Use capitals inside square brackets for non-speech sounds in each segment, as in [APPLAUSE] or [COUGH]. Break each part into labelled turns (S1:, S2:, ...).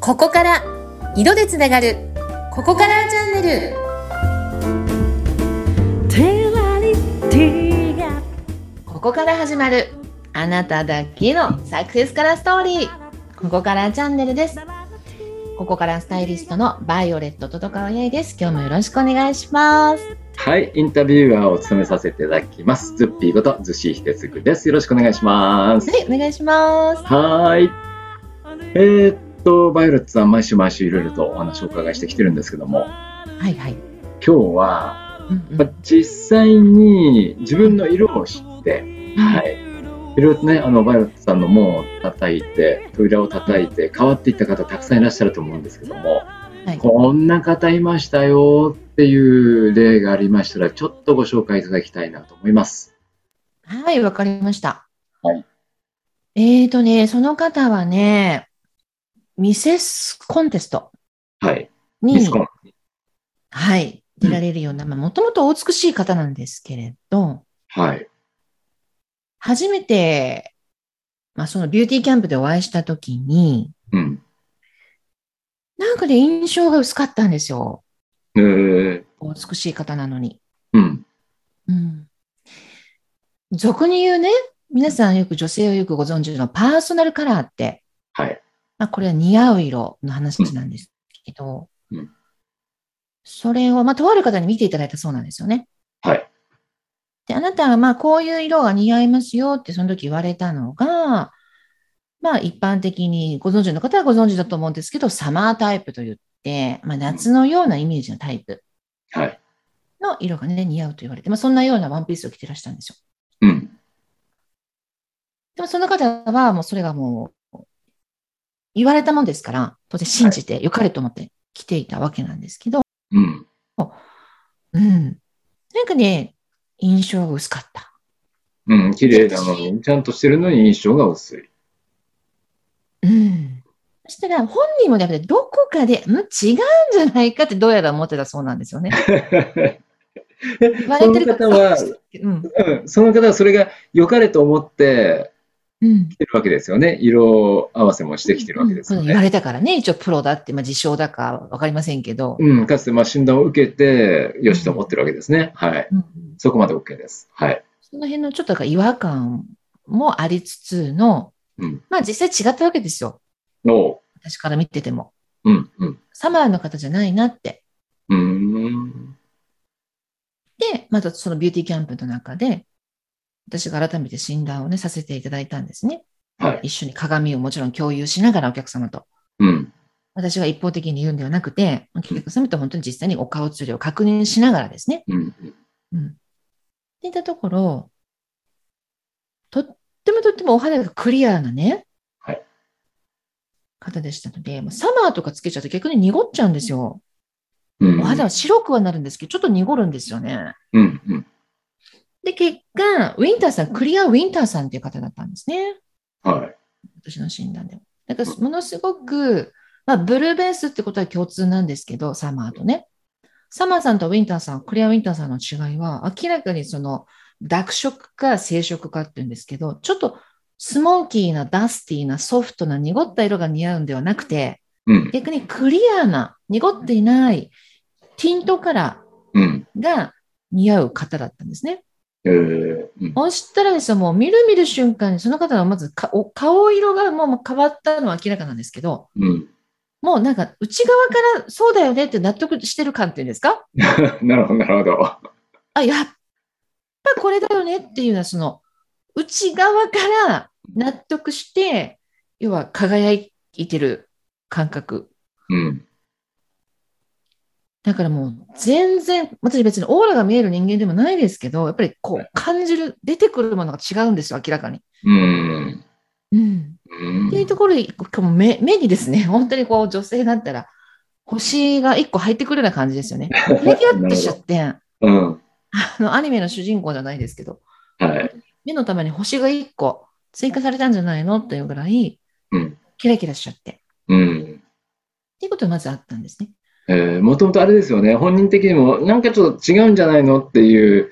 S1: ここから色でつながるここからチャンネル
S2: テラリティが
S1: ここから始まるあなただけのサクセスカラーストーリーここからチャンネルですここからスタイリストのバイオレットととかわやいです今日もよろしくお願いします
S3: はい、インタビュアーを務めさせていただきます。ズッピーこと、ズシヒデツグです。よろしくお願いします。
S1: はいお願いします
S3: はーい。えー、っと、バイオレットさん、毎週毎週いろいろとお話をお伺いしてきてるんですけども、
S1: はいはい、
S3: 今日は、
S1: うんうん
S3: まあ実際に自分の色を知って、はい。いろいろとね、あの、バイオレットさんの門を叩いて、扉を叩いて、変わっていった方たくさんいらっしゃると思うんですけども、
S1: はい
S3: こんな方いましたよっていう例がありましたら、ちょっとご紹介いただきたいなと思います。
S1: はい、わかりました。
S3: はい。
S1: えーとね、その方はね、ミセスコンテスト
S3: はい。ミ
S1: に
S3: ス、コン。
S1: はい、出られるような、まあ、もともとお美しい方なんですけれど、
S3: はい。
S1: 初めて、まあ、そのビューティーキャンプでお会いしたときに、
S3: うん。
S1: なんかで印象が薄かったんですよ。
S3: えー、
S1: お美しい方なのに。
S3: うん。
S1: うん。俗に言うね、皆さんよく女性をよくご存知のパーソナルカラーって、
S3: はい。
S1: まあ、これは似合う色の話なんですけど、
S3: うんうん
S1: それを、まあ、とある方に見ていただいたそうなんですよね。
S3: はい。
S1: で、あなたは、まあ、こういう色が似合いますよって、その時言われたのが、まあ、一般的にご存知の方はご存知だと思うんですけど、サマータイプと言って、まあ、夏のようなイメージのタイプ
S3: はい。
S1: の色がね、似合うと言われて、まあ、そんなようなワンピースを着てらしたんですよ。
S3: うん。
S1: でも、その方は、もう、それがもう、言われたもんですから、当然信じて、良かれと思って着ていたわけなんですけど、
S3: うん。
S1: うん。なんかね、印象が薄かった。
S3: うん。綺麗なのに、ちゃんとしてるのに印象が薄い。
S1: うん。そしたら本人もやっぱりどこかで、ん違うんじゃないかってどうやら思ってたそうなんですよね。言われてる
S3: その方は
S1: うん。
S3: [LAUGHS] うんその方はそれが良かれと思って
S1: うん。
S3: 来てるわけですよね。色合わせもしてきてるわけですよ
S1: うん言わ
S3: ね。
S1: れたからね、一応プロだって、まあ自称だかわかりませんけど。
S3: うん。かつて、まあ、診断を受けて、よしと思ってるわけですね。はい。
S1: うん
S3: そこまで OK です。はい。
S1: その辺のちょっとなんか違和感もありつつの、
S3: うん
S1: まあ実際違ったわけですよ。
S3: おう。
S1: 私から見てても。
S3: うん。うん。
S1: サマーの方じゃないなって。
S3: うーん。
S1: で、またそのビューティーキャンプの中で、私が改めて診断をね、させていただいたんですね。
S3: はい。
S1: 一緒に鏡をもちろん共有しながらお客様と。
S3: うん。
S1: 私が一方的に言うんではなくて、お客様と本当に実際にお顔つりを確認しながらですね。
S3: うん。
S1: うん。って言ったところ、とってもとってもお肌がクリアなね、
S3: はい
S1: 方でしたので、もうサマーとかつけちゃうと逆に濁っちゃうんですよ。
S3: うん。
S1: お肌は白くはなるんですけど、ちょっと濁るんですよね。
S3: うん。うん。
S1: で、結果、ウィンターさん、クリアウィンターさんっていう方だったんですね。
S3: はい。
S1: 私の診断でも。だから、ものすごく、まあ、ブルーベースってことは共通なんですけど、サマーとね。サマーさんとウィンターさん、クリアウィンターさんの違いは、明らかにその、濁色か清色かっていうんですけど、ちょっとスモーキーな、ダスティーな、ソフトな、濁った色が似合うんではなくて、
S3: うん。
S1: 逆にクリアな、濁っていない、ティントカラ
S3: うん。
S1: ーが似合う方だったんですね。
S3: えーうん。
S1: そしたらですよ、もう見る見る瞬間に、その方のまずかお顔色がもう変わったのは明らかなんですけど、
S3: うん。 [LAUGHS]
S1: もうなんか内側からそうだよねって納得してる感っていうんですか
S3: なるほど、なるほど。
S1: あ、やっぱこれだよねっていうのは、その内側から納得して、要は輝いてる感覚。
S3: うん。
S1: だからもう全然、私別にオーラが見える人間でもないですけど、やっぱりこう感じる、出てくるものが違うんですよ、明らかに。
S3: うん。
S1: うん。
S3: うん
S1: っていうところで、こう目目にですね、 [LAUGHS] 本当にこう女性だったら、星が一個入ってくるような感じですよ
S3: [LAUGHS]
S1: ね。キラキラってしちゃって、あ
S3: うん。
S1: のアニメの主人公じゃないですけど、
S3: はい。
S1: 目のために星が一個追加されたんじゃないのっていうぐらい
S3: うん、
S1: キラキラしちゃって。っ
S3: うん。
S1: ていうことがまずあったんですね。
S3: えー、もともとあれですよね。本人的にも、なんかちょっと違うんじゃないのっていう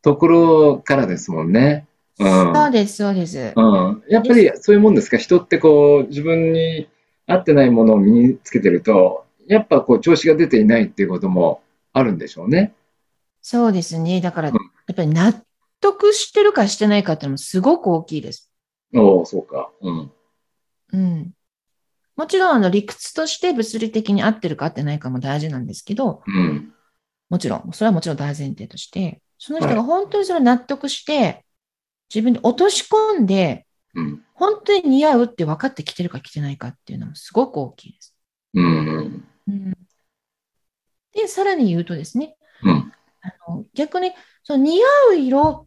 S3: ところからですもんね。うん
S1: そうです、そうです。
S3: うん。やっぱりそういうもんですか。人ってこう、自分に合ってないものを身につけてると、やっぱこう調子が出ていないっていうこともあるんでしょうね。
S1: そうですね。だから、
S3: うん
S1: やっぱり納得してるかしてないかっていうのもすごく大きいです。
S3: おお、そうか。うん。
S1: うん。もちろん、あの、理屈として物理的に合ってるか合ってないかも大事なんですけど、
S3: うん。
S1: もちろん、それはもちろん大前提として、その人
S3: は
S1: が本当にそれを納得して、自分に落とし込んで、
S3: うん。
S1: 本当に似合うって分かってきてるか来てないかっていうのもすごく大きいです。
S3: うん。
S1: うん、で、さらに言うとですね、
S3: うん
S1: あの逆にその似合う色、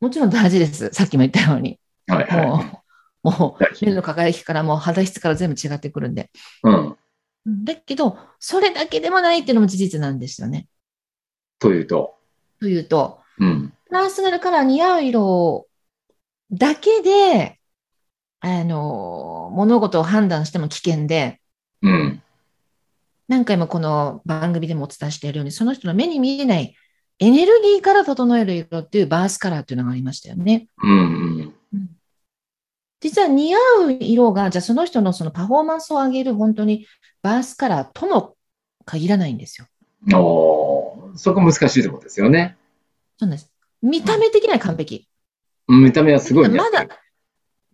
S1: もちろん大事です。さっきも言ったように。
S3: はいは
S1: もう、も
S3: い。大
S1: う、
S3: 事
S1: 目の輝きからもう肌質から全部違ってくるんで。
S3: うん。
S1: だけど、それだけでもないっていうのも事実なんですよね。
S3: というと。
S1: というと、
S3: うん。
S1: パーソナルカラーに合う色だけで、あの、物事を判断しても危険で、
S3: うん。
S1: 何回もこの番組でもお伝えしているように、その人の目に見えないエネルギーから整える色っていうバースカラーっていうのがありましたよね。
S3: うん。うん。
S1: 実は似合う色が、じゃあその人のそのパフォーマンスを上げる本当にバースカラーとも限らないんですよ。
S3: おーそこ難しいところですよね。
S1: そうなんです。見た目的には完璧。
S3: うん見た目はすごいね。
S1: まだ、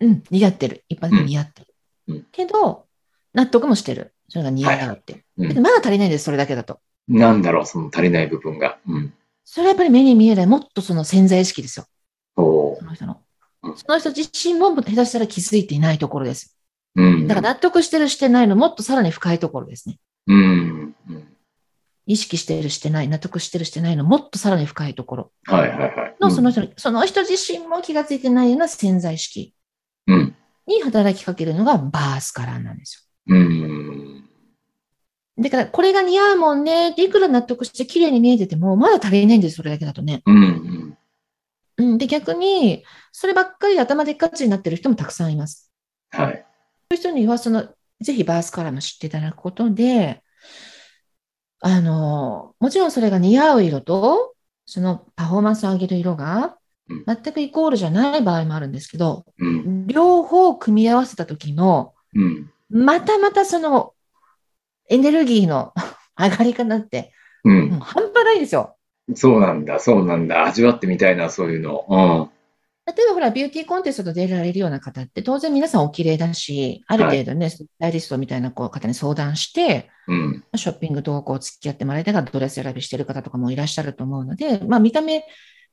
S1: うん、似合ってる。一般的に似合ってる。
S3: うんうん
S1: けど、納得もしてる。それが似合うって。
S3: う
S1: だ
S3: ん
S1: けどまだ足りないです、それだけだと。
S3: なんだろう、その足りない部分が。うん。
S1: それはやっぱり目に見えない、もっとその潜在意識ですよ、
S3: お
S1: その人の
S3: う。ん
S1: その人自身も下手したら気づいていないところです。
S3: うん。
S1: だから納得してる、してないのもっとさらに深いところですね。
S3: うん。うん
S1: 意識してる、してない、納得してる、してないのもっとさらに深いところ
S3: はいはいはい。
S1: の、その人の、その人自身も気がついてないような潜在意識
S3: うん。
S1: に働きかけるのがバースカラーなんですよ。
S3: うん。
S1: だから、これが似合うもんねって、いくら納得して綺麗に見えてても、まだ足りないんです、それだけだとね。
S3: うん。うん。
S1: うん、で、逆に、そればっかりで頭でっかちになってる人もたくさんいます。
S3: は
S1: そ
S3: い。
S1: ういう人には、その、ぜひバースカラーも知っていただくことで、あの、もちろんそれが似合う色と、そのパフォーマンスを上げる色が、
S3: うん
S1: 全くイコールじゃない場合もあるんですけど、
S3: うん。
S1: 両方組み合わせた時の、
S3: うん。
S1: またまたその、エネルギーの上がり方って、
S3: う。
S1: もうん半端ないんですよ。
S3: そうなんだ、そうなんだ。味わってみたいな、そういうの。
S1: 例えばほら、ビューティーコンテストと出られるような方って、当然皆さんお綺麗だし、ある程度ね、スタイリストみたいなこう方に相談して、
S3: うん。うん。
S1: ショッピングどうこう付き合ってもらいながらドレス選びしてる方とかもいらっしゃると思うので、まあ見た目、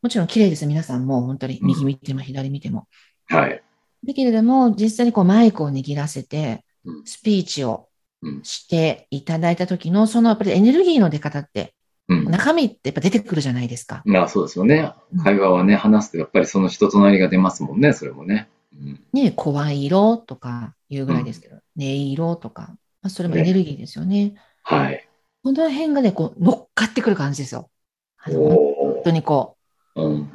S1: もちろん綺麗です、皆さんもう本当に
S3: うん
S1: 右見ても左見ても。
S3: はい。
S1: だけれども、実際にこうマイクを握らせて
S3: う、ん
S1: スピーチを
S3: うん
S1: していただいた時の、そのやっぱりエネルギーの出方って、
S3: うん。
S1: 中身ってやっぱ出てくるじゃないですか。
S3: まあ、そうですよね
S1: うん。
S3: 会話はね、話すと、やっぱりその人となりが出ますもんね、それもね。うん。
S1: ね、声色とかいうぐらいですけど、音色とか、まあ、それもエネルギーですよね。
S3: はい。
S1: この辺がね、こう乗っかってくる感じですよ。あの本
S3: お
S1: 当にこ
S3: ーうん。
S1: う。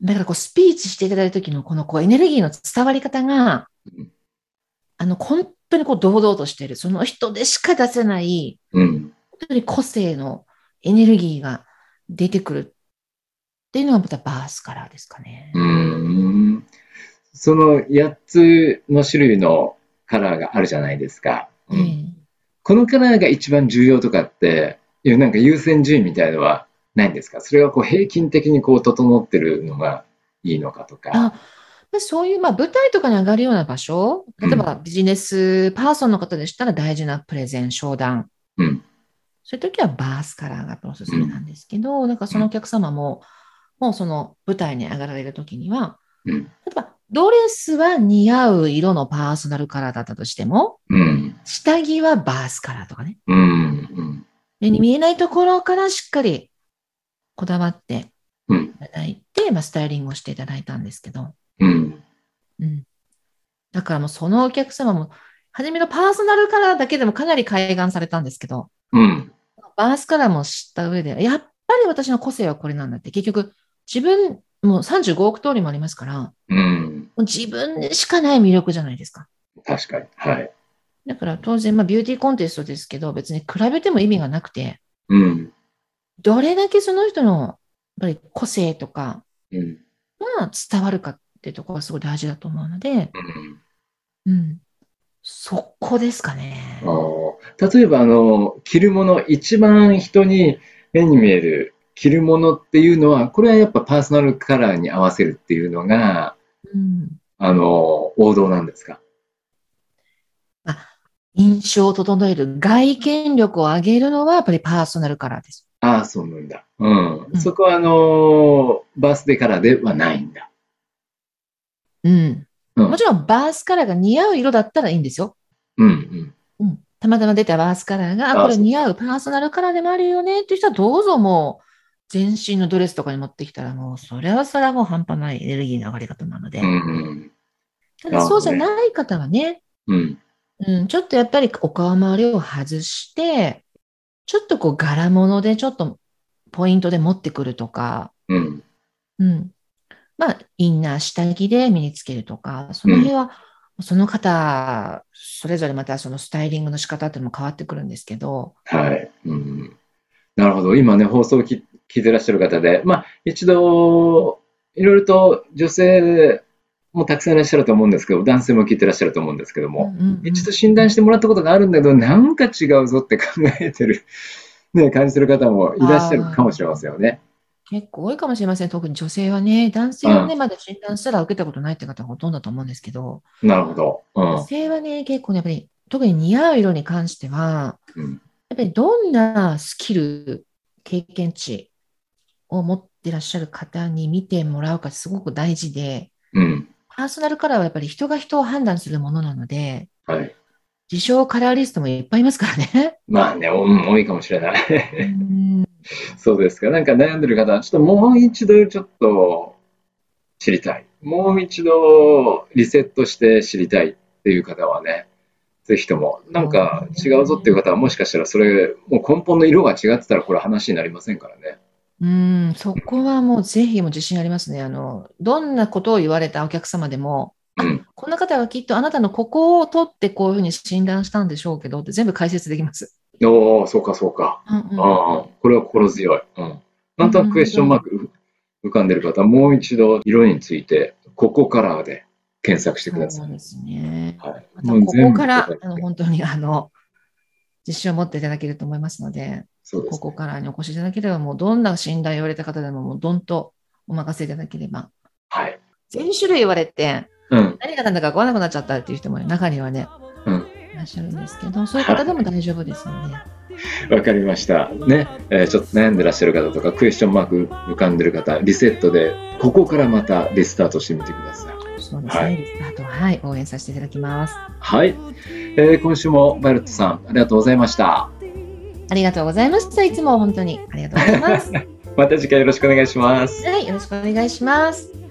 S1: だからこうスピーチしていただいた時のこのこうエネルギーの伝わり方が
S3: うん、
S1: あの本当にこう堂々としている、その人でしか出せない、
S3: うん。
S1: 本当に個性のエネルギーが出てくるっていうのがまたバースカラーですかね。
S3: うーん。その8つの種類のカラーがあるじゃないですか。うん
S1: ね
S3: このカラーが一番重要とかっていう、なんか優先順位みたいのはないんですかそれはこう平均的にこう整ってるのがいいのかとか。
S1: あまあそういう、まあ、舞台とかに上がるような場所、例えばビジネスパーソンの方でしたら大事なプレゼン、商談、
S3: うん
S1: そういう時はバースカラーがおすすめなんですけど、なんかそのお客様も、もうその舞台に上がられる時には、
S3: うん。
S1: 例えばドレスは似合う色のパーソナルカラーだったとしても、
S3: うん。
S1: 下着はバースカラーとかね、
S3: うん。
S1: 目に見えないところからしっかりこだわってい
S3: うん
S1: ただいて、まあ、スタイリングをしていただいたんですけど、
S3: うん。
S1: うんだからもうそのお客様も、初めのパーソナルカラーだけでもかなり開眼されたんですけど、
S3: うん。
S1: バースカラーも知った上で、やっぱり私の個性はこれなんだって、結局自分、もう35億通りもありますから、も
S3: うん。
S1: う自分でしかない魅力じゃないですか。
S3: 確かに。はい。
S1: だから当然、まあビューティーコンテストですけど、別に比べても意味がなくて、
S3: うん。
S1: どれだけその人のやっぱり個性とか
S3: うん。
S1: が伝わるかっていうところがすごい大事だと思うので、
S3: うん。
S1: うん、そこですかね
S3: あ。ー例えばあの着るもの一番人に目に見える着るものっていうのはこれはやっぱパーソナルカラーに合わせるっていうのが
S1: うん、
S3: あの王道なんですか
S1: 印象を整える外見力を上げるのはやっぱりパーソナルカラーです。
S3: ああそうなんだ、うん
S1: うん
S3: そこはあのバースデーカラーではないんだ
S1: うん。
S3: うん
S1: もちろんバースカラーが似合う色だったらいいんですよ。
S3: うんうん
S1: うん。たまたま出たバースカラーが、あ、これ似合うパーソナルカラーでもあるよねっていう人はどうぞもう全身のドレスとかに持ってきたらもうそれはそれはもう半端ないエネルギーの上がり方なので。
S3: うんうん
S1: ただそうじゃない方はね、
S3: うん
S1: うん、ちょっとやっぱりお顔周りを外して、ちょっとこう柄物でちょっとポイントで持ってくるとか、
S3: うん
S1: うん。まあ、インナー、下着で身につけるとか、その辺は、その方、それぞれまたそのスタイリングの仕方っていうのも変わってくるんですけど、
S3: はい、うん、なるほど今ね放送をき聞いてらっしゃる方でまあ一度いろいろと女性もたくさんいらっしゃると思うんですけど男性も聞いてらっしゃると思うんですけども、
S1: うんうんうん
S3: 一度診断してもらったことがあるんだけど、なんか違うぞって考えてる、ね、感じてる方もいらっしゃるかもしれませんよね。
S1: 結構多いかもしれません。特に女性はね、男性は
S3: う
S1: ね、まだ診断すら受けたことないって方がほとんどだと思うんですけど、
S3: なるほど。うん
S1: 女。性はね、結構ね、やっぱり、特に似合う色に関しては、
S3: うん
S1: やっぱりどんなスキル、経験値を持ってらっしゃる方に見てもらうかすごく大事で、
S3: うん。
S1: パーソナルカラーはやっぱり人が人を判断するものなので、
S3: はい。
S1: 自称カラーリストもいっぱいいますからね。
S3: まあね、うん多いか [LAUGHS] もしれない。
S1: うん
S3: そうですか。なんか悩んでる方は、ちょっともう一度ちょっと知りたい。もう一度リセットして知りたいっていう方はね、ぜひとも、なんか違うぞっていう方は、もしかしたらそれ、もう根本の色が違ってたら、これ話になりませんからね。
S1: うん、そこはもうぜひもう自信ありますね。あの、どんなことを言われたお客様でも、あ
S3: うん
S1: こんな方はきっとあなたのここを取ってこういうふうに診断したんでしょうけどって全部解説できます。
S3: おお、そうかそうか。
S1: うん
S3: ああ、これは心強い。うん。なんとなくクエスチョンマーク浮かんでる方、もう一度色について、ここカラーで検索してくだ
S1: そ
S3: さ
S1: う
S3: い。
S1: ですね。
S3: はい。
S1: またここから
S3: もう全部
S1: あの本当にあの、自信を持っていただけると思いますので。
S3: そうです
S1: ここ
S3: ね。
S1: からにお越しいただければ、もうどんな診断言われた方でも、もうどんとお任せいただければ。
S3: はい。
S1: 全種類言われて、
S3: うん。
S1: 何が何だか分からなくなっちゃったっていう人も中にはね、
S3: うん
S1: いらっしゃるんですけど、そういう方でも大丈夫ですので。
S3: わかりました。ね、えーちょっと悩んでらっしゃる方とか、クエスチョンマーク浮かんでる方、リセットで、ここからまたリスタートしてみてください。
S1: そうですね。
S3: は
S1: はいい、スタートは、はい、応援させていただきます。
S3: はい。えー今週もバイロットさん、ありがとうございました。
S1: ありがとうございました。い
S3: [LAUGHS]
S1: つも本当にありがとうございます。
S3: また次回よろしくお願いします。
S1: はい、よろしくお願いします。